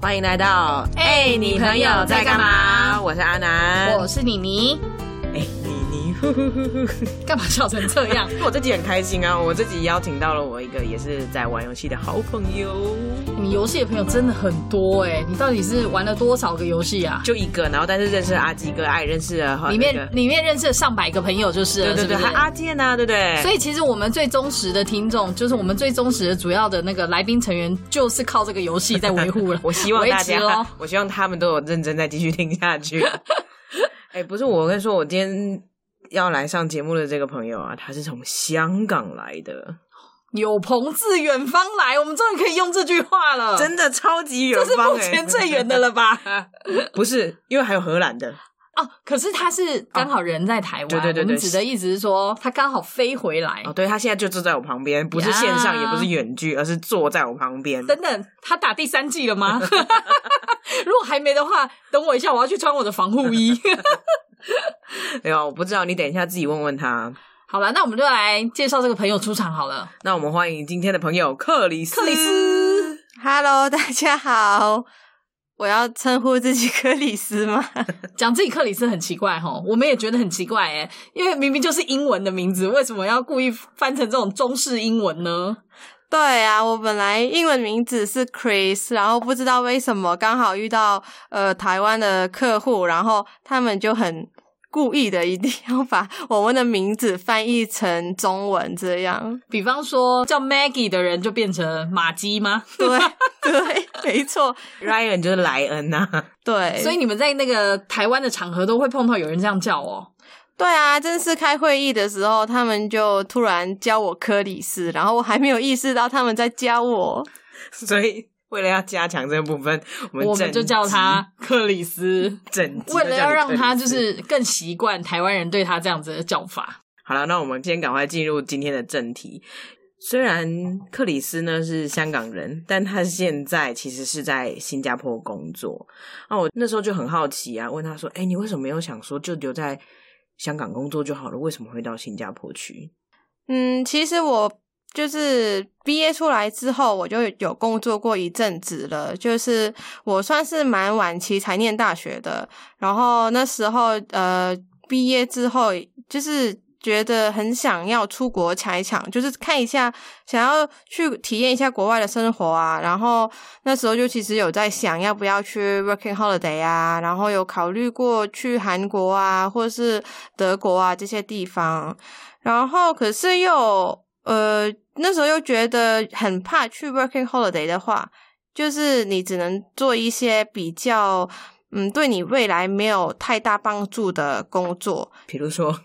欢迎来到哎你朋友在干嘛我是阿南，我是妮妮，哎妮妮，呼呼呼呼。干嘛笑成这样？ 我这集很开心啊！我这集邀请到了我一个也是在玩游戏的好朋友， 你游戏的朋友真的很多哎、你到底是玩了多少个游戏啊？就一个，然后但是认识了阿基哥，哎，认识了哈 里那个面里面认识了上百个朋友就是对了，对对，是还不有是阿健啊，对不对？。所以其实我们最忠实的听众，就是我们最忠实的主要的那个来宾成员，就是靠这个游戏在维护了 我希望大维持家哦， 我希望他们都有认真再继续听下 去。哎、不是，我跟你说，我今天要来上节目的这个朋友啊，他是从香港来的，有朋自远方来，我们终于可以用这句话了，真的超级远哦这是方、目欸，前最远的了 吧？不是，因为还有荷兰的，哦，可是他是刚好人在台湾，对对对对我们指的意思是说他刚好飞回来。哦，对他现在就坐在我旁边，不是线上，呀也不是远距，而是坐在我旁边。等等，他打第三季了吗？ 如果还没的话，等我一下，我要去穿我的防护 衣。哎呦，我不知道，你等一下自己问问他。好了，那我们就来介绍这个朋友出场好了。那我们欢迎今天的朋友克里斯。克里斯， Hello，大家好，我要称呼自己克里斯吗？ 讲自己克里斯很奇怪哈，我们也觉得很奇怪哎、因为明明就是英文的名字，为什么要故意翻成这种中式英文呢？对啊，我本来英文名字是 Chris，然后不知道为什么刚好遇到呃台湾的客户，然后他们就很故意的一定要把我们的名字翻译成中文这样。比方说叫 Maggie 的人就变成马基吗？对 对，没错， Ryan 就是莱恩呐、 对，所以你们在那个台湾的场合都会碰到有人这样叫哦。对啊，正式开会议的时候，他们就突然教我科里斯，然后我还没有意识到他们在教我。所以为了要加强这个部分，我们我整们就叫他克里 斯，集整集都为了要叫你克让里他斯就是更习惯台湾人对他这样子的叫法。好了，那我们先赶快进入今天的正题。虽然克里斯呢是香港人，但他现在其实是在新加坡工作。那我那时候就很好奇啊，问他说：“哎、你为什么没有想说就留在香港工作就好了？为什么会到新加坡去嗯，其实我就是毕业出来之后，我就有工作过一阵子了。就是我算是蛮晚期才念大学的，然后那时候呃，毕业之后就是觉得很想要出国踩场，就是看一下，想要去体验一下国外的生活啊。然后那时候就其实有在想要不要去 working holiday 啊，然后有考虑过去韩国啊，或是德国啊这些地方。然后可是又呃那时候又觉得很怕去 working holiday 的话，就是你只能做一些比较嗯对你未来没有太大帮助的工作，？”比如说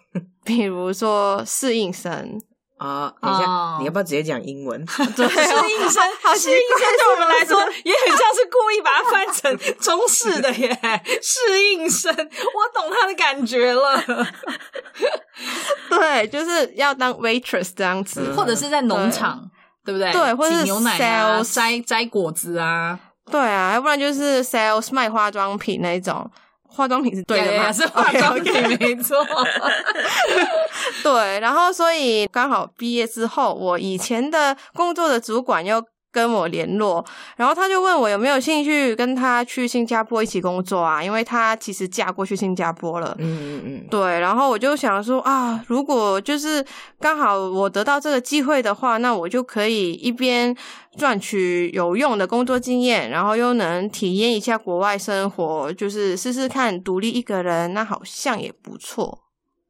比如说适应生。 啊、等一下哦你要不要直接讲英文？对、适应生，好适奇应生对我们来说 怪也很像是故意把它翻成中式的耶。 适应生，我懂他的感觉了。 对，就是要当 waitress 这样子。嗯或者是在农场，对不对？对或者是挤牛奶啊， sales 摘摘果子啊，对啊，要不然就是 sales 卖化妆品那一种。化妆品是对的呀吗呀是化妆 OK，OK 品 没错。对，然后所以刚好毕业之后，我以前的工作的主管又跟我联络，然后他就问我有没有兴趣跟他去新加坡一起工作啊，因为他其实嫁过去新加坡了。嗯嗯对，然后我就想说啊，如果就是刚好我得到这个机会的话，那我就可以一边赚取有用的工作经验，然后又能体验一下国外生活，就是试试看独立一个人，那好像也不错。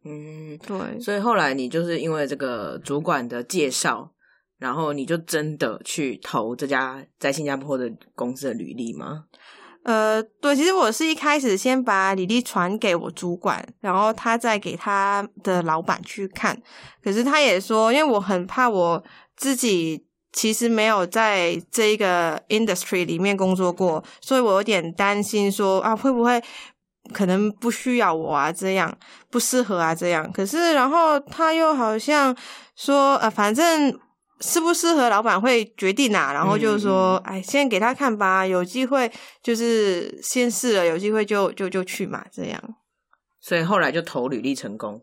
嗯对，嗯。所以后来你就是因为这个主管的介绍，然后你就真的去投这家在新加坡的公司的履历吗？呃，对，其实我是一开始先把履历传给我主管，然后他再给他的老板去看。可是他也说，因为我很怕我自己其实没有在这一个 industry 里面工作过，所以我有点担心说啊，会不会可能不需要我啊，这样不适合啊，这样。可是然后他又好像说，呃，反正。适不适合老板会决定啊，然后就说，哎、先给他看吧，有机会就是先试了，有机会就就就去嘛，这样。所以后来就投履历成功。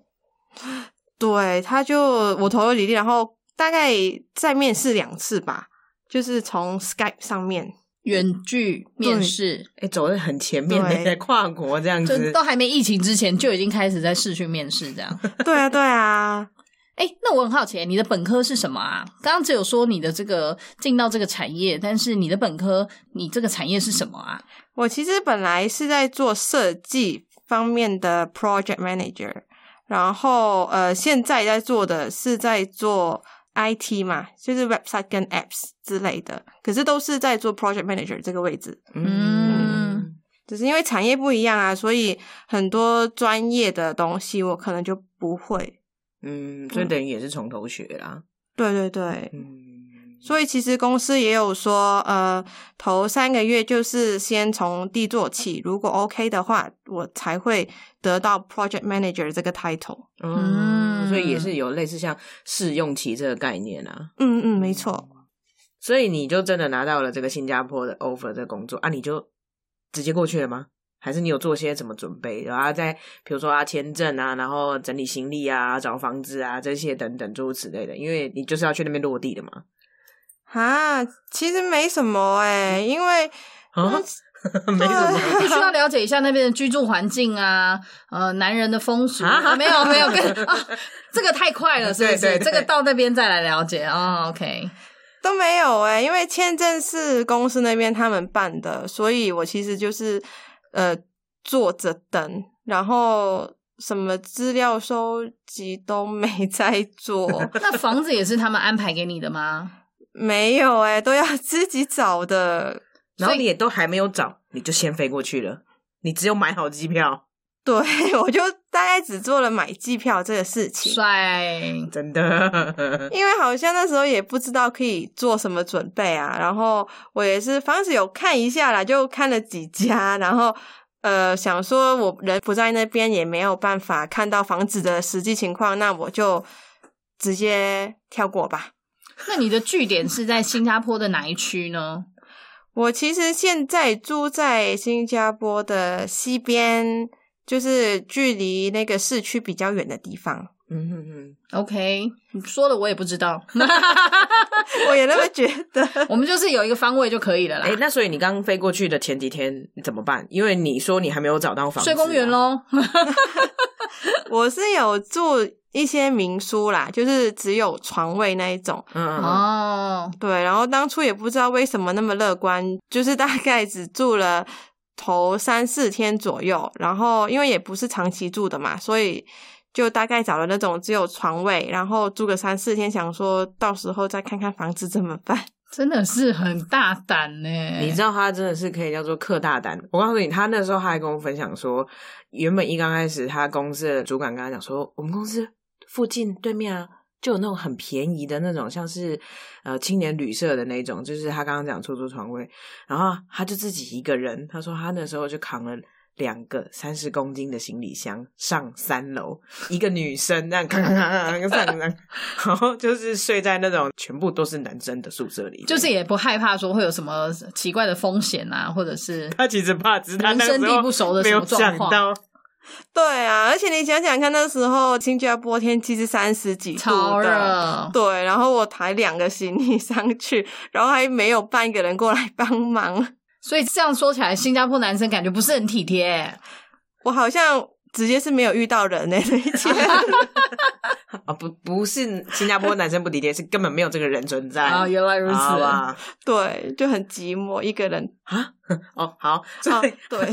对，他就我投了履历，然后大概再面试两次吧，就是从 Skype 上面远距面对试，哎、走的很前面对的，在 跨国这样就子，都还没疫情之前就已经开始在视讯面试这 样。对啊，对啊，哎、那我很好奇，你的本科是什么啊？刚刚只有说你的这个进到这个产业，但是你的本科你这个产业是什么啊？我其实本来是在做设计方面的 project manager，然后呃，现在在做的是在做 IT 嘛，就是 website 跟 apps 之类的，可是都是在做 project manager 这个位置。嗯，只是因为产业不一样啊，所以很多专业的东西我可能就不会。嗯，所以等于也是从头学啦。对对对，嗯，所以其实公司也有说，呃，头三个月就是先从地做起，如果 OK 的话，我才会得到 project manager 这个 title。嗯，嗯所以也是有类似像试用期这个概念啊。嗯嗯，没错。所以你就真的拿到了这个新加坡的 offer 这个工作啊，你就直接过去了吗？还是你有做些什么准备？然后再比如说啊签证啊，然后整理行李啊，找房子啊这些等等诸如此类的，因为你就是要去那边落地的嘛。啊，其实没什么哎、因为啊， 没什么。必须要了解一下那边的居住环境啊，呃，男人的风俗、啊没有没有 跟啊，这个太快了，是不是？对对对这个到那边再来了解啊、哦。OK，都没有哎、因为签证是公司那边他们办的，所以我其实就是呃坐着等，然后什么资料收集都没在做，那房子也是他们安排给你的 吗？没有哎、都要自己找的。然后你也都还没有找，你就先飞过去了。你只有买好机票， 对，我就大概只做了买机票这个事情，帅，真的。因为好像那时候也不知道可以做什么准备啊。然后我也是，当时有看一下啦，就看了几家，然后呃想说我人不在那边，也没有办法看到房子的实际情况，那我就直接跳过吧。那你的据点是在新加坡的哪一区呢？我其实现在住在新加坡的西边，就是距离那个市区比较远的地方。嗯哼哼， OK，你说了我也不知道， 我也那么觉得。我们就是有一个方位就可以了啦。哎、那所以你刚飞过去的前几天你怎么办？因为你说你还没有找到房子、啊嗯睡公园。喽，我是有住一些民宿啦，就是只有床位那一种。嗯嗯嗯， 哦，对，然后当初也不知道为什么那么乐观，就是大概只住了头三四天左右，然后因为也不是长期住的嘛，所以就大概找了那种只有床位，然后住个三四天，想说到时候再看看房子怎么办。 真的是很大胆呢。你知道他真的是可以叫做克大胆。我告诉你，他那时候还跟我分享说，原本一刚开始，他公司的主管跟他讲说，我们公司附近对面啊，就有那种很便宜的那种，像是呃青年旅社的那种，就是他刚刚讲出租床位。然后他就自己一个人，他说他那时候就扛了。两个三十公斤的行李箱上三楼，一个女生这样咔咔咔咔咔上上，然后就是睡在那种全部都是男生的宿舍里，就是也不害怕说会有什么奇怪的风险啊，或者是 他其实怕，只是他人那个生时地候不熟的没什有么状想况，到，对啊，而且你想想看，那时候新加坡天气是三十几度超的热。对，然后我抬两个行李 上去，然后还没有半个人过来帮忙，所以这样说起来，新加坡男生感觉不是很体哎贴。我好像直接是没有遇到人呢、欸，那一天 啊，不不是新加坡男生不体 贴，是根本没有这个人存在。啊，原来如此。好啊吧对，就很寂寞，一 个人。哦，好，所啊以、，对，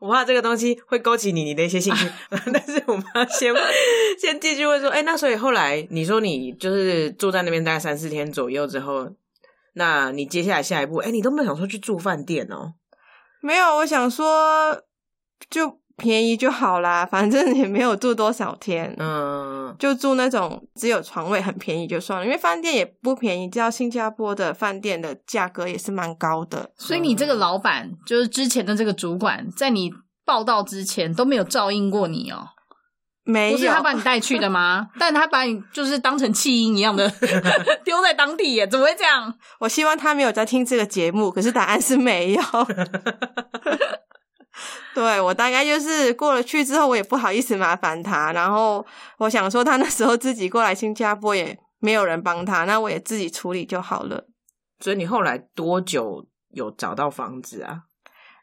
我怕这个东西会勾起你你的一些兴 趣，但是我们要先先继续问说，哎、那所以后来你说你就是住在那边大概三四天左右之后，那你接下来下一步，哎、你都没有想说去住饭店哦？没有，我想说就便宜就好啦，反正也没有住多少天。嗯，就住那种只有床位很便宜就算了，因为饭店也不便宜，知道新加坡的饭店的价格也是蛮高的。所以你这个老板，就是之前的这个主管，在你报道之前都没有照应过你哦。没有，不是他把你带去的 吗？但他把你就是当成弃婴一样的丢在当地耶，怎么会这样？我希望他没有在听这个节目，可是答案是没有。 对我大概就是过了去之后，我也不好意思麻烦他，然后我想说他那时候自己过来新加坡也没有人帮他，那我也自己处理就好了。所以你后来多久有找到房子啊？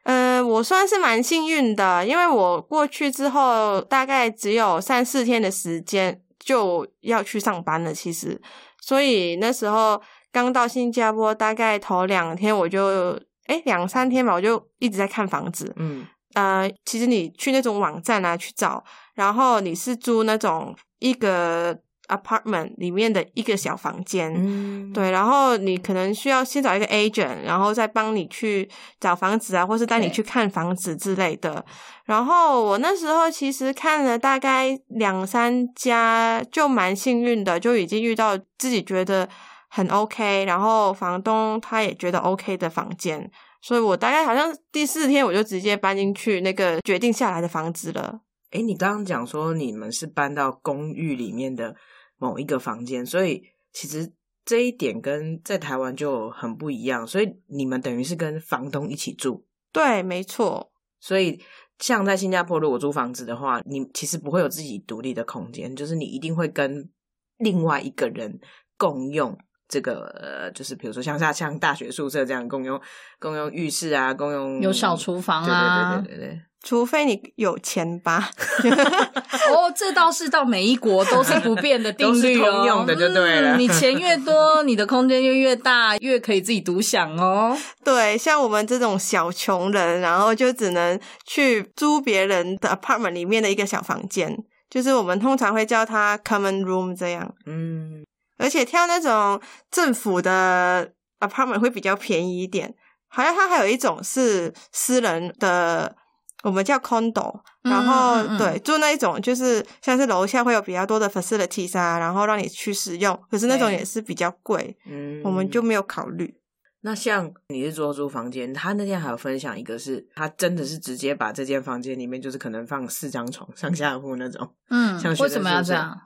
呃，我算是蛮幸运的，因为我过去之后大概只有三四天的时间就要去上班了，其实，所以那时候刚到新加坡，大概头两天我就，哎，两三天吧，我就一直在看房子。嗯呃，其实你去那种网站啊去找，然后你是租那种一个 apartment 里面的一个小房间，嗯，对，然后你可能需要先找一个 agent，然后再帮你去找房子啊，或是带你对去看房子之类的。然后我那时候其实看了大概两三家，就蛮幸运的，就已经遇到自己觉得很 OK，然后房东他也觉得 OK 的房间。所以我大概好像第四天我就直接搬进去那个决定下来的房子了。哎，你刚刚讲说你们是搬到公寓里面的某一个房间，所以其实这一点跟在台湾就很不一样，所以你们等于是跟房东一起住，对，没错。所以像在新加坡，如果租房子的话，你其实不会有自己独立的空间，就是你一定会跟另外一个人共用这个，呃、就是比如说像像像大学宿舍这样共用共用浴室啊，共用有小厨房对啊，对对对对除非你有钱吧，哦，这倒是到每一国都是不变的定律都是哦，通用的就对了嗯你钱越多，你的空间就越大，越可以自己独享哦。对，像我们这种小穷人，然后就只能去租别人的 apartment 里面的一个小房间，就是我们通常会叫它 common room 这样。嗯，而且挑那种政府的 apartment 会比较便宜一点，好像它还有一种是私人的，我们叫 condo，嗯然后、嗯嗯对住那一种就是像是楼下会有比较多的 facilities 啊，然后让你去使用，可是那种对也是比较贵，嗯我们就没有考虑。那像你是说租房间，他那天还有分享一个是，他真的是直接把这间房间里面就是可能放四张床上下铺那种，嗯像学，生为什么要这样？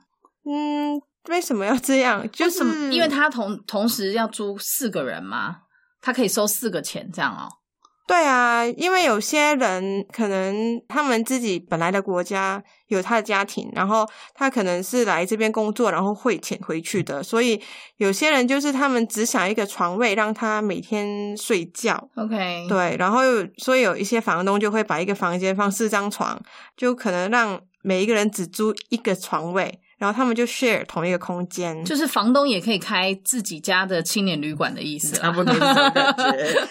嗯，为什么要这样？就为是什么？因为他同同时要租四个人嘛，他可以收四个钱这样哦。对啊，因为有些人可能他们自己本来的国家有他的家庭，然后他可能是来这边工作，然后汇钱回去的，所以有些人就是他们只想一个床位，让他每天睡觉。 OK，，对，然后所以有一些房东就会把一个房间放四张床，就可能让每一个人只租一个床位，然后他们就 share 同一个空间。就是房东也可以开自己家的青年旅馆的意思啊啦，差不多是这种感觉。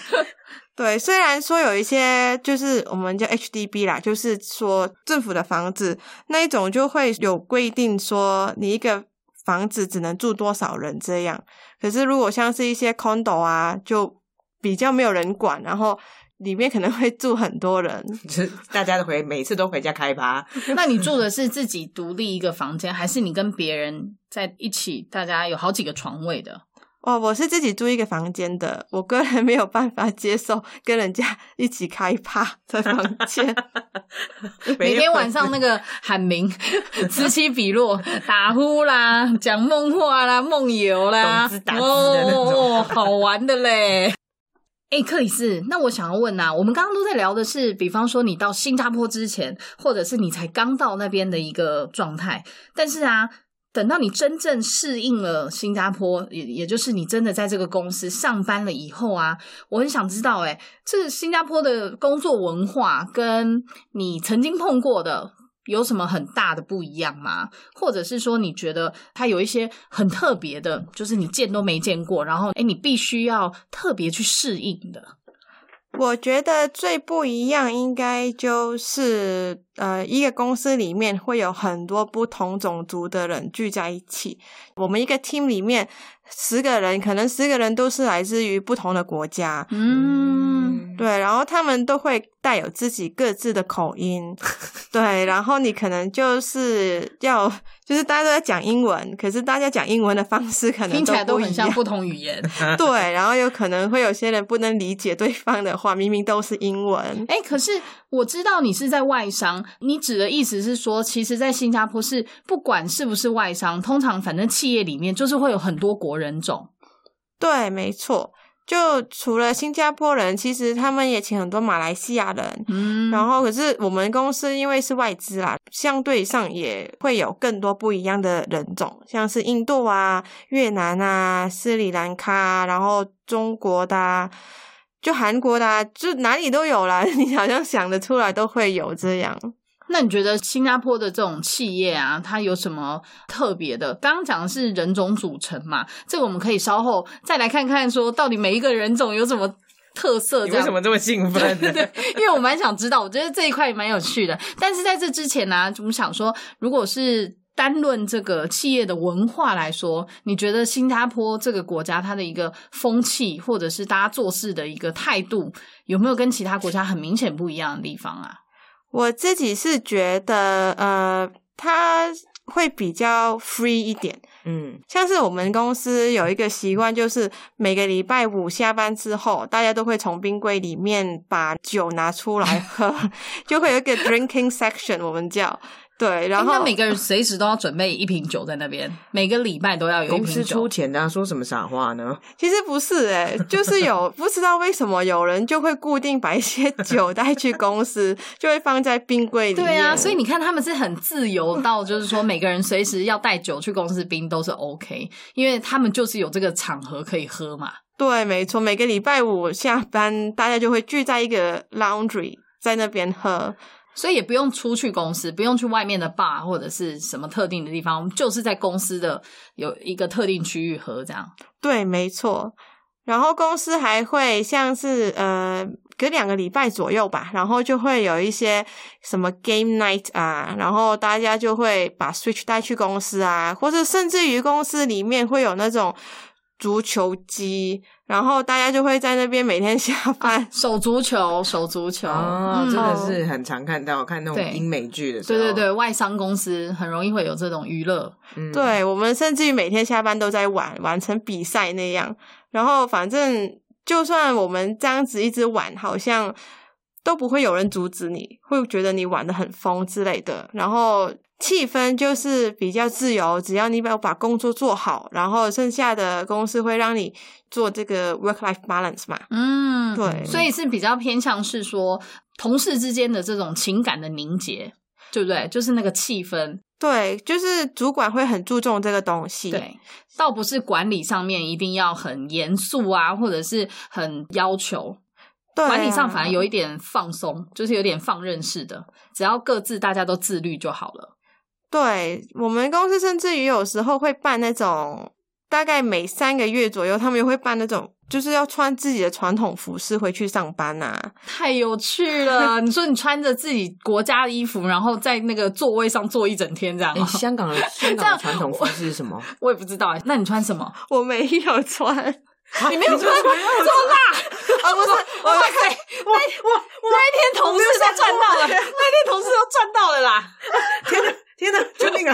对，虽然说有一些就是我们叫 HDB 啦，就是说政府的房子那一种就会有规定说你一个房子只能住多少人这样。可是如果像是一些 condo 啊，就比较没有人管，然后里面可能会住很多人。就是大家都回每次都回家开趴，那你住的是自己独立一个房间，还是你跟别人在一起？大家有好几个床位的，哦，我是自己租一个房间的，我个人没有办法接受跟人家一起开趴在房间。每天晚上上那个喊名、 此起彼落、打呼啦、讲梦话啦、梦游啦懂字打字的那种啊哦，好玩的 嘞。哎、克里斯，那我想要问呐、啊我们刚刚都在聊的是，比方说你到新加坡之前，或者是你才刚到那边的一个状态，但是啊。等到你真正适应了新加坡，也也就是你真的在这个公司上班了以后啊，我很想知道、欸，这新加坡的工作文化跟你曾经碰过的有什么很大的不一样吗？或者是说，你觉得它有一些很特别的，就是你见都没见过，然后哎，你必须要特别去适应的。我觉得最不一样应该就是，呃，一个公司里面会有很多不同种族的人聚在一起。我们一个 team 里面十个人，可能十个人都是来自于不同的国家，嗯，对，然后他们都会带有自己各自的口音，对，然后你可能就是要，就是大家都在讲英文，可是大家讲英文的方式可能听起来都不很一像样。不同语言。对，然后有可能会有些人不能理解对方的话，明明都是英文。哎，可是我知道你是在外商，你指的意思是说，其实，在新加坡是不管是不是外商，通常反正企业里面就是会有很多国人种。对，没错。就除了新加坡人，其实他们也请很多马来西亚人。嗯然后，可是我们公司因为是外资啦，相对上也会有更多不一样的人种，像是印度啊、越南啊、斯里兰卡啊、然后中国的、啊，就韩国的、啊，就哪里都有啦， 你好像想得出来都会有这样。那你觉得新加坡的这种企业啊，它有什么特别的？刚刚讲的是人种组成嘛，这个我们可以稍后再来看看，说到底每一个人种有什么特色你这为样什。 么这么兴奋？对对，因为我蛮想知道，我觉得这一块蛮有趣的。但是在这之前呢、我们想说，如果是单论这个企业的文化来说，你觉得新加坡这个国家它的一个风气，或者是大家做事的一个态度，有没有跟其他国家很明显不一样的地方啊？我自己是觉得，呃，它会比较 free 一点。嗯，像是我们公司有一个习惯，就是每个礼拜五下班之后，大家都会从冰柜里面把酒拿出来 喝，就会有一个 drinking section，我们叫对。然诶哎那后每个人随时都要准备一瓶酒在那边，每个礼拜都要有一公司瓶出酒。钱的、啊，说什么傻话呢？其实不是诶、就是有不知道为什么有人就会固定把一些酒带去公司， 就会放在冰柜里面。对啊，所以你看他们是很自由到，就是说每个人随时要带酒去公司冰都是 OK，因为他们就是有这个场合可以喝嘛。对，没错，每个礼拜五下班，大家就会聚在一个 laundry 在那边喝。所以也不用出去公司，不用去外面的 bar 或者是什么特定的地方，我们就是在公司的有一个特定区域喝这样。对，没错。然后公司还会像是呃，隔两个礼拜左右吧，然后就会有一些什么 game night 啊，然后大家就会把 Switch 带去公司啊，或者甚至于公司里面会有那种足球机，然后大家就会在那边每天下 班。手足球，手足球，哦，嗯真的是很常看到，看那对种英美剧的时对候，对对，外商公司很容易会有这种娱乐。嗯，对我们甚至于每天下班都在玩，玩成比赛那样。然后反正就算我们这样子一直玩，好像都不会有人阻止你，会觉得你玩的很疯之类的。然后气氛就是比较自由，只要你把把工作做好，然后剩下的公司会让你做这个 work life balance 嘛。嗯，对所以是比较偏向是说同事之间的这种情感的凝结，对不对？就是那个气氛，对，就是主管会很注重这个东西。对，倒不是管理上面一定要很严肃啊，或者是很要求，对啊，管理上反而有一点放松，就是有点放任式的，只要各自大家都自律就好了。对我们公司，甚至于有时候会办那种，大概每三个月左右，他们会办那种，就是要穿自己的传统服饰回去上班啊。太有趣 了！你说你穿着自己国家的衣服，然后在那个座位上坐一整天这样、诶哦，哎香港的香港的传统服饰是什么？ 我也不知道哎。那你穿什么？我没有穿，你没有穿，啊，不是，我哇塞！我我我那一天同事都赚到了，那一天同事都赚到了啦。天哪，天哪，救命啊！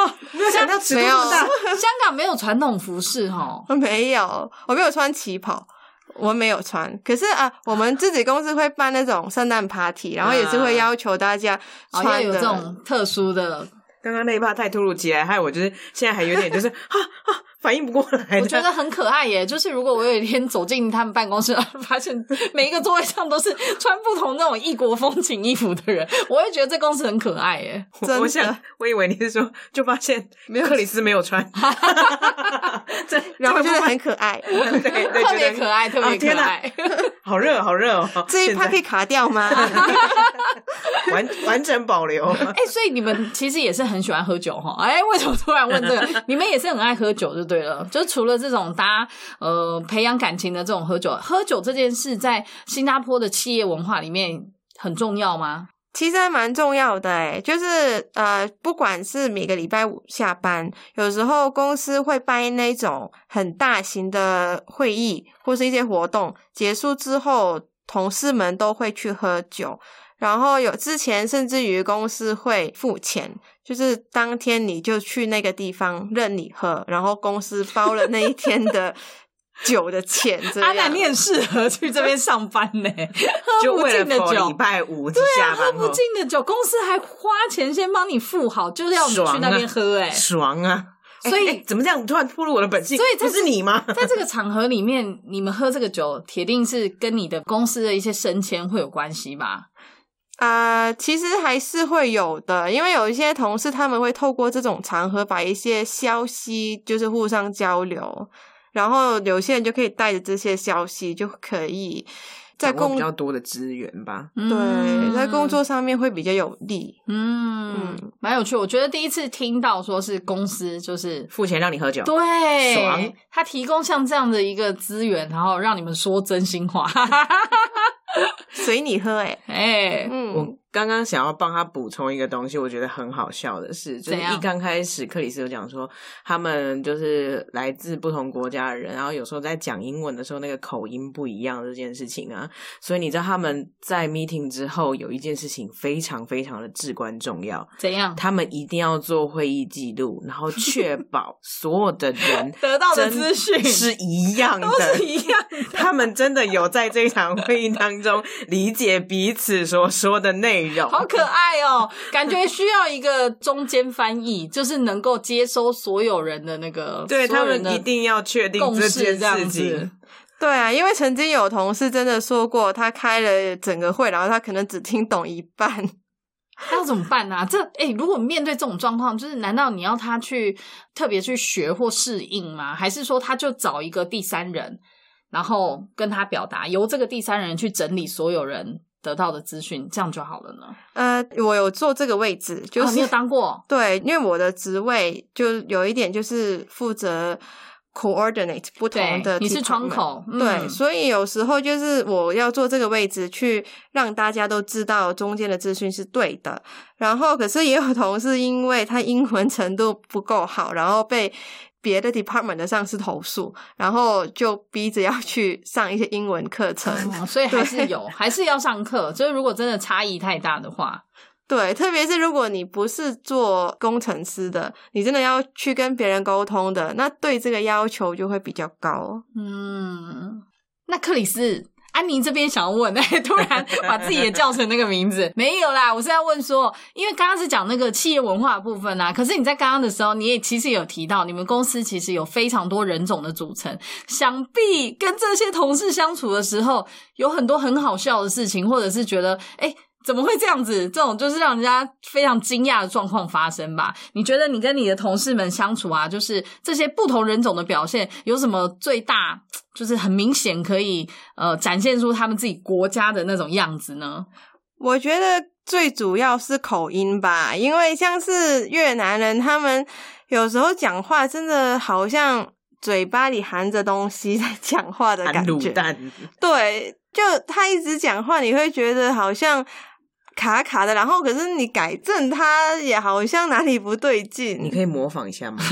啊啊！没有想到尺度没这有么大， 香港没有传统服饰哈，我没有，我没有穿旗袍，我没有穿。可是啊，我们自己公司会办那种圣诞 party，然后也嗯是会要求大家哦，穿要有的这种特殊的。刚刚那一趴太突如其来，害我就是现在还有点 就是哈哈反应不过来。我觉得很可爱耶。就是如果我有一天走进他们办公室， 发现每一个座位上都是 穿不同那种异国风情衣服的人，我会觉得这公司很可爱耶。我真的我想，我以为你是说，就发现没有克里斯没有 穿，这然后这个就是部分很可爱。对对，特别觉得可爱，特别啊天可哪爱。好热，好热哦！这一现在趴可以卡 掉吗？完完整保 留。哎、所以你们其实也是很喜欢喝酒哈？哎、为什么突然问这 个？你们也是很爱喝酒就对了。就除了这种大家呃培养感情的这种喝酒，喝酒这件事在新加坡的企业文化里面很重要吗？其实还蛮重要的诶，就是呃，不管是每个礼拜五下班，有时候公司会办那种很大型的会议或是一些活动，结束之后，同事们都会去喝酒，然后有之前甚至于公司会付钱，就是当天你就去那个地方任你喝，然后公司包了那一天的 酒的钱，这啊阿样。南，你很适合去这边上班呢、 就喝不为了尽的否礼酒。啊拜五对下喝班哦不后尽的酒，公司还花钱先帮你付好，就是要你去那边喝、哎、啊 爽啊！哎所以哎怎么这样突然暴露我的本性？所以这这是是你吗？在这个场合里面，你们喝这个酒，铁定是跟你的公司的一些升迁会有关系吧？啊、其实还是会有的，因为有一些同事他们会透过这种场合把一些消息就是互相交流，然后有些人就可以带着这些消息就可以在掌握工比较多的资源吧。对在工作上面会比较有利。嗯，嗯，蛮有趣。我觉得第一次听到说是公司就是付钱让你喝酒，对，爽他提供像这样的一个资源，然后让你们说真心话。随你喝、欸，哎，嗯，我刚刚想要帮他补充一个东西，我觉得很好笑的是，就是怎样一刚开始克里斯有讲说，他们就是来自不同国家的人，然后有时候在讲英文的时候，那个口音不一样这件事情啊，所以你知道他们在 meeting 之后有一件事情非常非常的至关重要，怎样？他们一定要做会议记录，然后确保所有的 人得到的真资讯是一样的，都是一样他们真的有在这场会议当中理解彼此所说的内容，好可爱哦，感觉需要一个中间翻译，就是能够接收所有人的那个，对所有他们人的一定要确定共这识件这样事子情。。对啊，因为曾经有同事真的说过，他开了整个会，然后他可能只听懂一半。那要怎么办呢、啊？这哎、如果面对这种状况，就是难道你要他去特别去学或适应吗？还是说他就找一个第三人，然后跟他表达，由这个第三人去整理所有人得到的资讯，这样就好了呢？呃，我有坐这个位置，就哦、你是、有当过对，因为我的职位就有一点就是负责 coordinate 不同对的，你是 department 窗。口，嗯、对，所以有时候就是我要坐这个位置，去让大家都知道中间的资讯是对的。然后，可是也有同事因为他英文程度不够好，然后被别的 department 的上司投诉，然后就逼着要去上一些英文课程。哦所以还是有，还是要上课。就是如果真的差异太大的话，对，特别是如果你不是做工程师的，你真的要去跟别人沟通的，那对这个要求就会比较高。嗯，那克里斯。安妮这边想要问， 哎，突然把自己也叫成那个名字，没有啦，我是要问说，因为刚刚是讲那个企业文化的部分啊，可是你在刚刚的时候，你也其实有提到，你们公司其实有非常多人种的组成，想必跟这些同事相处的时候，有很多很好笑的事情，或者是觉得，哎、怎么会这样子？这种就是让人家非常惊讶的状况发生吧？你觉得你跟你的同事们相处啊，就是这些不同人种的表现，有什么最大就是很明显可以呃展现出他们自己国家的那种样子呢？我觉得最主要是口音吧，因为像是越南人，他们有时候讲话真的好像嘴巴里含着东西 在讲话的含感卤觉。蛋，对，就他一直讲话，你会觉得好像卡卡的，然后可是你改正他也好像哪里不对劲。啊你可以模仿一下 吗？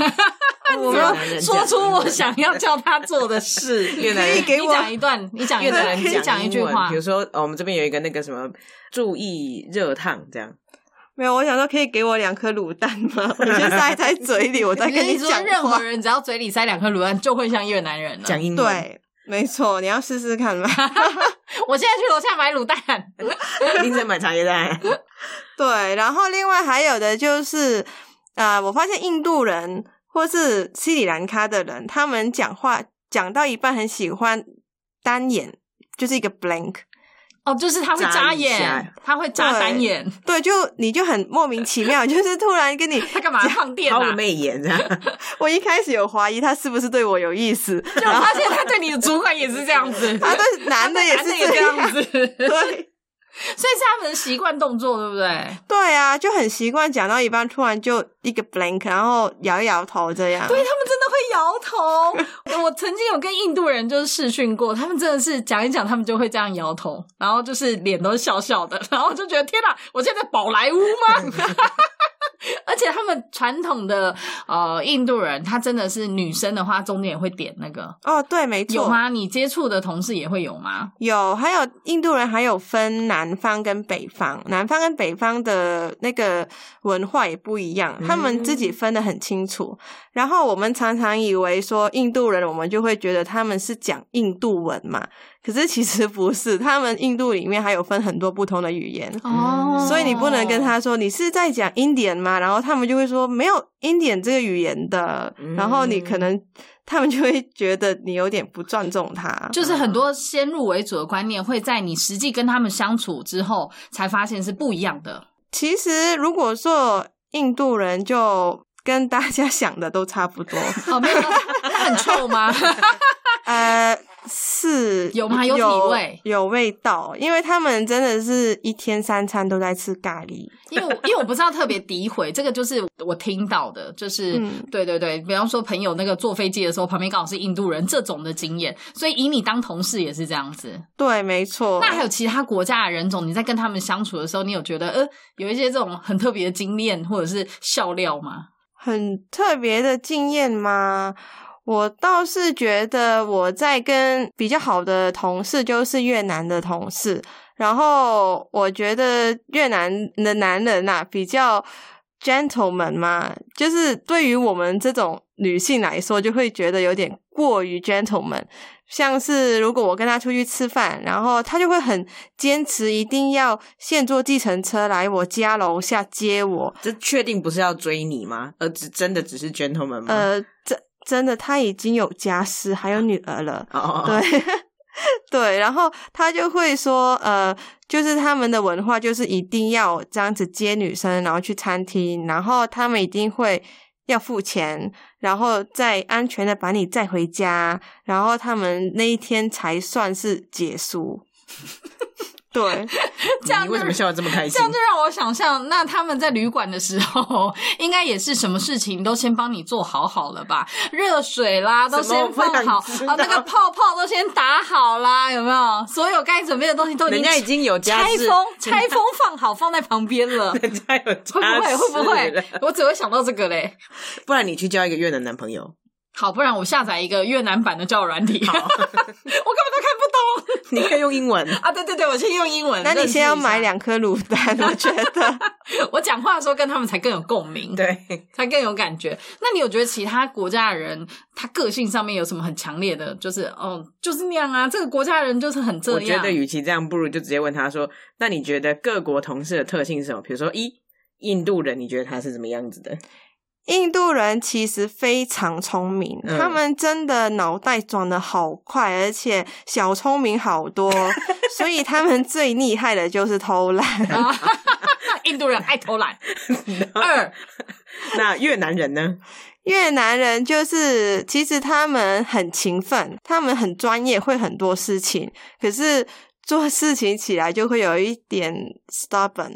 我越没有南人说讲出我想要叫他做的 事。越南可以人给你我讲一段，你讲一越南段，你人讲一句英文话比。如说、哦我们这边有一个那个什么注意热烫这样，没有，我想说可以给我两颗卤蛋 吗？我就塞在嘴里，我再跟你说讲任话何。人只要嘴里塞两颗卤蛋，就会像越南人了。讲英文， 对， 没错，你要试试看吧。 我现在去楼下买卤 蛋，林晨买茶叶蛋，对，然后另外还有的就是，呃，我发现印度人或是斯里兰卡的人，他们讲话讲到一半很喜欢单眼，就是一个 blank。哦，就是他会眨眨一眼下，他会眨对单眼，对，就你就很莫名其 妙，就是突然跟你，他干嘛放电抛啊个？媚眼这样。我一开始有怀疑他是不是对我有意 思，就发现他对你的主管也是这样子， 他对男的也男是的也这样 样。子，所以是 对，他们的习惯动作，对不对？对啊，就很习惯讲到一半，突然就一个 blank，然后摇一摇头这样。对他们真的会摇头。我曾经有跟印度人就是试训过，他们真的是讲一讲，他们就会这样摇头，然后就是脸都是笑笑的，然后我就觉得天哪，我现在在宝莱坞吗？ 而且他们传统的呃印度人，他真的是女生的话，中间也会点那个哦，对，没错，有吗？你接触的同事也会有吗？有还有印度人还有分南方跟北方，南方跟北方的那个文化也不一样，嗯他们自己分得很清楚。然后我们常常以为说印度人，我们就会觉得他们是讲印度文嘛，可是其实不是，他们印度里面还有分很多不同的语言。嗯所以你不能哦跟他说你是在讲 Indian 吗？然后他们就会说没有 Indian 这个语言的，嗯然后你可能他们就会觉得你有点不尊重他。就是很多先入为主的观念会在你实际跟他们相处之后才发现是不一样 的。其实如果说印度人就跟大家想的都差不多， 哦，没有，很臭吗？ 呃，是有吗有体味有味道，因为他们真的是一天三餐都在吃咖喱。因为我因为我不知道特别诋毁，这个就是我听到的，就是、嗯对对对，比方说朋友那个坐飞机的时候，旁边刚好是印度人这种的经验，所以以你当同事也是这样子。对，没错。那还有其他国家的人种，你在跟他们相处的时候，你有觉得呃有一些这种很特别的经验或者是笑料吗？很特别的经验吗？我倒是觉得我在跟比较好的同事，就是越南的同事，然后我觉得越南的男人呐、比较 gentleman 嘛，就是对于我们这种女性来说，就会觉得有点过于 gentleman。像是如果我跟他出去吃饭，然后他就会很坚持一定要现坐计程车来我家楼下接我，这确定不是要追你吗？而只真的只是 gentleman 吗？呃，真真的他已经有家室，还有女儿了。哦，对 对，然后他就会说，呃，就是他们的文化就是一定要这样子接女生，然后去餐厅，然后他们一定会要付钱，然后再安全的把你载回家，然后他们那一天才算是结束。 对， 这样你为什就么笑得这么开这心样？就让我想象，那他们在旅馆的时候，应该也是什么事情都先帮你做好好 了吧？热水啦，都先放什么好我不想知道啊，那个泡泡都先打好啦，有没有？所有该准备的东西都已人家已经经有家拆室，封、拆封放好，放在旁边了。 人家有家室会不会？会不了会？我只会想到这个嘞。不然你去交一个越南男朋友，好，不然我下载一个越南版的交友软 体，我根本都看不懂你可以用英文。啊！对对对，我先用英文。那你先要买认识两颗卤蛋，我觉得。一下，我讲话的时候跟他们才更有共鸣。对，才更有感觉。那你有觉得其他国家的人他个性上面有什么很强烈的？就是哦，就是那样啊，这个国家的人就是很这我觉样。得与其这样，不如就直接问他说：“那你觉得各国同事的特性是什么？比如说一，印度人，你觉得他是怎么样子的？ 印度人其实非常聪明，嗯他们真的脑袋转的好快，而且小聪明好 多，所以他们最厉害的就是偷懒。啊，印度人爱偷 懒。二，那越南人呢？越南人就是，其实他们很勤奋，他们很专业，会很多事情，可是做事情起来就会有一点 stubborn，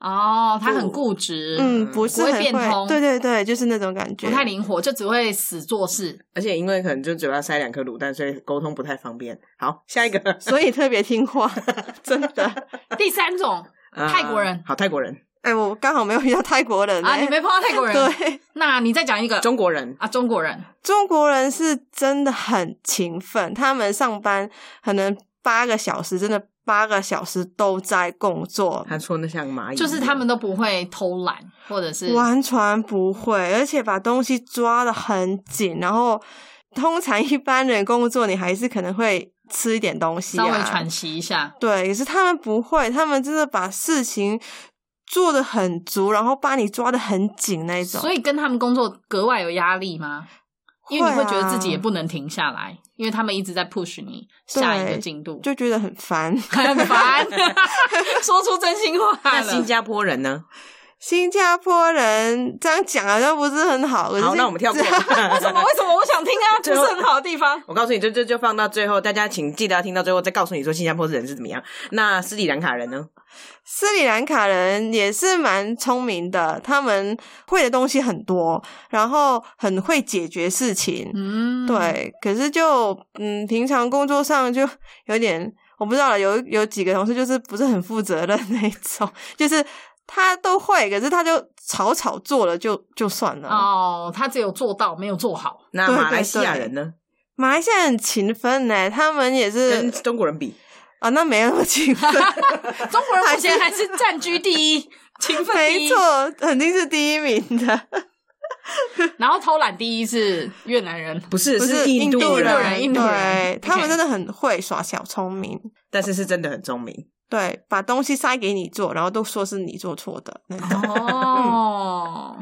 哦，他很固执，嗯，不是不会很变通对对对，就是那种感觉，不太灵活，就只会死做事。而且因为可能就嘴巴塞两颗卤蛋，所以沟通不太方便。好，下一个 所以特别听话， 真的。第三种呃泰国人好，泰国人、哎、我刚好没有遇到泰国人、欸、啊，你没碰到泰国 人，对。那你再讲一个中国人，啊，中国人中国人是真的很勤奋，他们上班可能八个小时，真的八个小时都在工作，他说那像蚂蚁一样，就是他们都不会偷懒，或者是完全不会，而且把东西抓的很紧。然后，通常一般人工作，你还是可能会吃一点东西、啊，稍微喘息一下。对，可是他们不会，他们真的把事情做的很足，然后把你抓的很紧那种。所以跟他们工作格外有压力吗？因为你会觉得自己也不能停下来，因为他们一直在 push 你下一个进度，就觉得很烦。很烦。说出真心话那新了。加坡人呢？新加坡人这样讲好像不是很好。可是好，那我们跳过。为 什么？为什么？我想听啊，不最是后很好的地方。 我告诉你，这这就放到最后，大家请记得要听到最后，再告诉你说新加坡人是怎么样。那斯里兰卡人呢？斯里兰卡人也是蛮聪明的，他们会的东西很多，然后很会解决事情。嗯，，对，可是就嗯，平常工作上就有点我不知道了，有有几个同事就是不是很负责任那一种， 就是他都会，可是他就草草做了就就算了。哦，他只有做到，没有做好。那对对马来西亚人呢？马来西亚很勤奋呢，他们也是跟中国人比，啊，那没那么勤奋。中国人目前还是占据第一，勤奋 第没一，错，肯定是第一名的。然后偷懒第一是越南人。不是不是印度人人，印度人对，他们 OK 真的很会耍小聪明。但是是真的很聪明。对，把东西塞给你做，然后都说是你做错的，那种哦，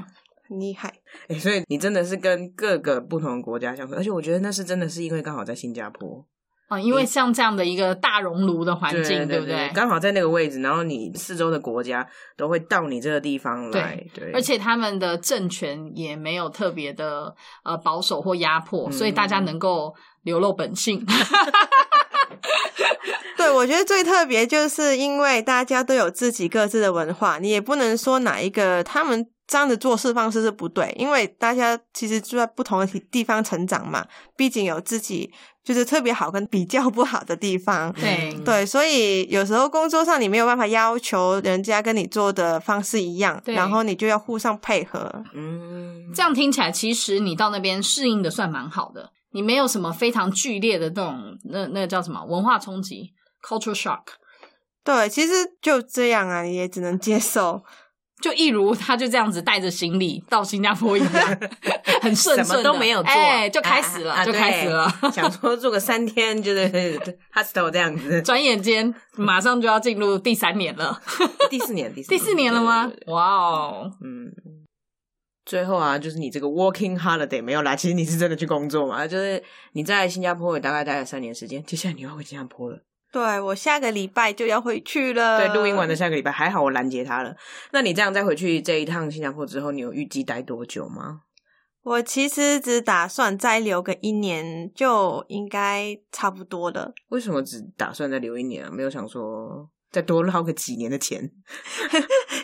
很厉害。哎，所以你真的是跟各个不同的国家相处，而且我觉得那是真的是因为刚好在新加坡，哦，因为像这样的一个大熔炉的环境，对不对？刚好在那个位置，然后你四周的国家都会到你这个地方来，对，而且他们的政权也没有特别的呃保守或压迫，所以大嗯家能够流露本性。 对，我觉得最特别就是因为大家都有自己各自的文化，你也不能说哪一个他们这样的做事方式是不对，因为大家其实住在不同的地地方成长嘛，毕竟有自己就是特别好跟比较不好的地方。对嗯对，所以有时候工作上你没有办法要求人家跟你做的方式一样，对然后你就要互相配合。嗯，这样听起来，其实你到那边适应的算蛮好的，你没有什么非常剧烈的那种那那个叫什么文化冲击 （cultural shock）。对，其实就这样啊，你也只能接受。就一如他就这样子带着行李到新加坡一样， 很顺顺什的么都没有做，哎，就开始了，啊啊啊就开始了。对想说做个三天，就是 hostel 这样 子。转眼间，马上就要进入第三年了，第四年，第四第四年了吗对对对？哇哦， 嗯，最后啊，就是你这个 working holiday 没有啦，其实你是真的去工作嘛，就是你在新加坡也大概待了三年时间，接下来你要回新加坡了。对我下个礼拜就要回去了。对，录音完的下个礼拜，还好我拦截他了。那你这样再回去这一趟新加坡之后，你有预计待多久吗？我其实只打算再留个一年，就应该差不多了。为什么只打算再留一年啊？没有想说再多捞个几年的钱？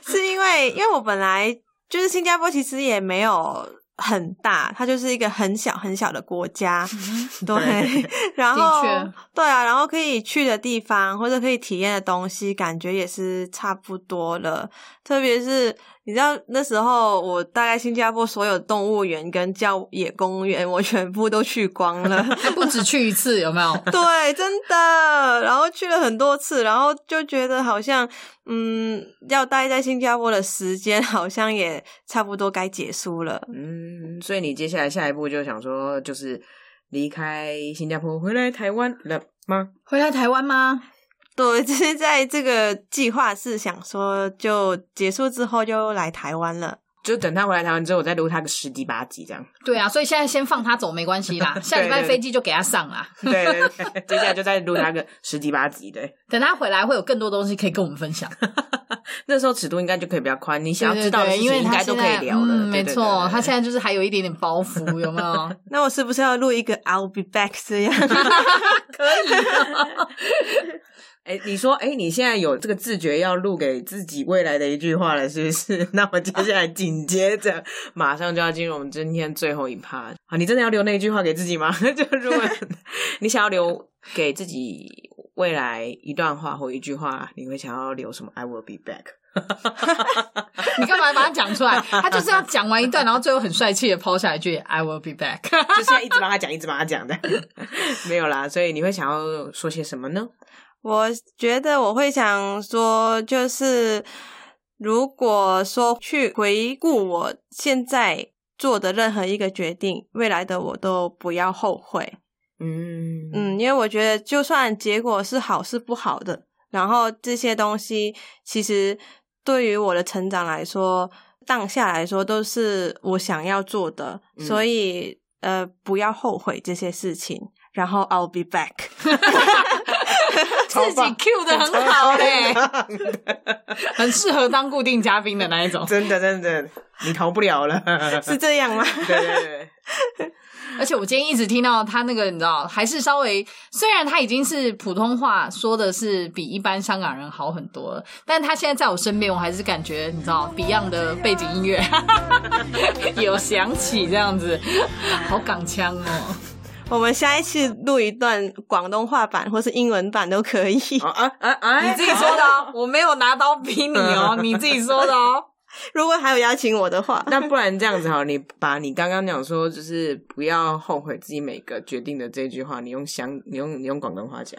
是因为，因为我本来就是新加坡，其实也没有很大，它就是一个很小很小的国 家。 对，然后的对啊，然后可以去的地方或者可以体验的东西，感觉也是差不多了。特别是你知道那时候，我大概新加坡所有动物园跟郊野公园，我全部都去光了。还不止去一次，有没有？对，真的。然后去了很多次，然后就觉得好像，嗯，要待在新加坡的时间 好像也差不多该结束了。嗯，所以你接下来下一步就想说，就是离开新加坡回来台湾了吗？回来台湾吗？对， 就是在这个计划是想说，就结束之后就来台湾了。就等他回来台湾之后，我再录他个十集八集这样。对啊，所以现在先放他走没关系 啦，下礼拜对对飞机就给他上啦。 对对对，接下来就再录他个十集八集。对，等他回来会有更多东西可以跟我们分享。那时候尺度应该就可以比较宽，你对想要对知道的对，事因情为应他该都现可以在聊了。嗯，没错，他现在在就是还有一点点包袱，有没 有？那我是不是要录一个 “I'll be back” 这样？ 可以，哎，你说哎，你现在有这个自觉要录给自己未来的一句话了，是不是？那我接下来紧接着 马上就要进入我们今天最后一趴啊！你真的要留那一句话给自己吗？ 就如果你想要留给自己未来一段话或一句话，你会想要留什么？I will be back。你干嘛把它讲出来？他就是要讲完一段，然后最后很帅气的抛下一句 “I will be back”。 就是要一直帮他讲，一直帮他讲的， 没有啦。所以你会想要说些什么呢？我觉得我会想说，就是如果说去回顾我现在做的任何一个决定，未来的我都不要后悔。嗯嗯，因为我觉得就算结果是好是不好的，然后这些东西其实对于我的成长来说，当下来说都是我想要做的，嗯所以呃，不要后悔这些事情。然后 I'll be back。 自己 Q 的很好欸嘞、 很适合当固定嘉宾的那一种。真的真的，你逃不了了。是这样吗？对对对，而且我今天一直听到他那个，你知道，还是稍微虽然他已经是普通话说的是比一般香港人好很多了，但他现在在我身边，我还是感觉你知道 Beyond 的背景音乐 有响起这样子，好港腔哦。我们下一次录一段广东话版或是英文版都可以。哦啊啊啊！你自己说的哦，我没有拿刀逼你哦， 你自己说的哦。如果还有邀请我的话，那不然这样子好，你把你刚刚讲说就是不要后悔自己每个决定的这句话，你用香，你用你用广东话讲。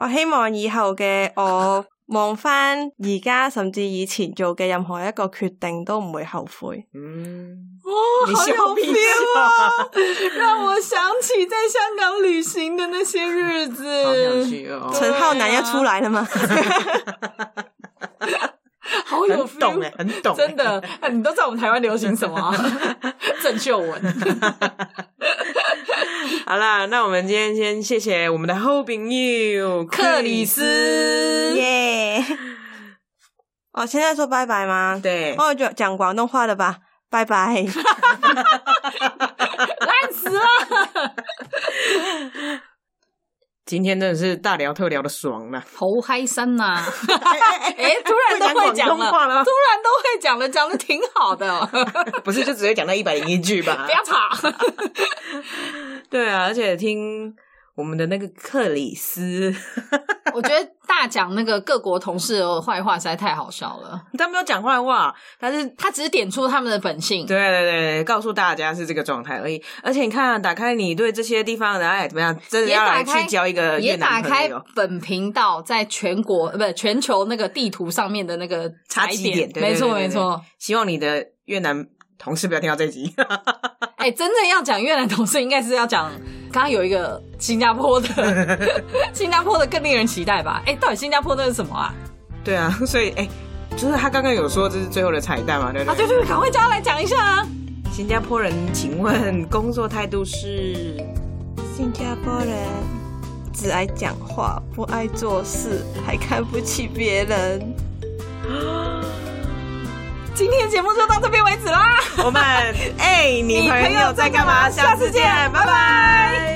我希望以後嘅我望翻而家甚至以前做嘅任何一個決定都唔會後悔。嗯，哦，你好笑有屁 feel 啊啊！ 让我想起在香港旅行的那些日好想子，去哦，陳浩南要出來了 嗎？ 好有很 feel，懂哎，很懂欸，真的，啊你都 知道我们台湾流行什么啊、郑秀文，好啦，那我们今天先谢谢我们的后朋友克里斯耶、哦，现在说拜拜吗？对，哦，就讲广东话的吧，拜拜。烂死了。今天真的是大聊特聊的爽 了。猴嗨山啊呐、 哎、突然都会会讲讲广东话了突然都会讲了，讲的挺好 的，不是就只会讲到一百零一句吧 不？要吵。对啊，而且听我们的那个克里斯， 我觉得大讲那个各国同事的坏话实在太好笑了，他没有讲坏话，他是他只是点出他们的本性。对对对对，告诉大家是这个状态而已。而且你看、啊，打开你对这些地方的爱怎么样，真的也要打来开去交一个越也打南朋开友。本频道在全国呃不全球那个地图上面的那个差踩几点？对没错对对对没错。希望你的越南同事不要听到这集。 哎、真正要讲越南同事，应该是要讲刚刚有一个新加坡的， 新加坡的更令人期待吧？哎、到底新加坡那是什么啊？对啊，所以哎、就是他刚刚有说这是最后的彩蛋嘛，对不啊，对对对，赶快叫他来讲一下啊！新加坡人，请问工作态度是？ 新加坡人只爱讲话，不爱做事，还看不起别人。今天的节目就到这边为止啦。我们哎、你朋友在干嘛？下次见，拜拜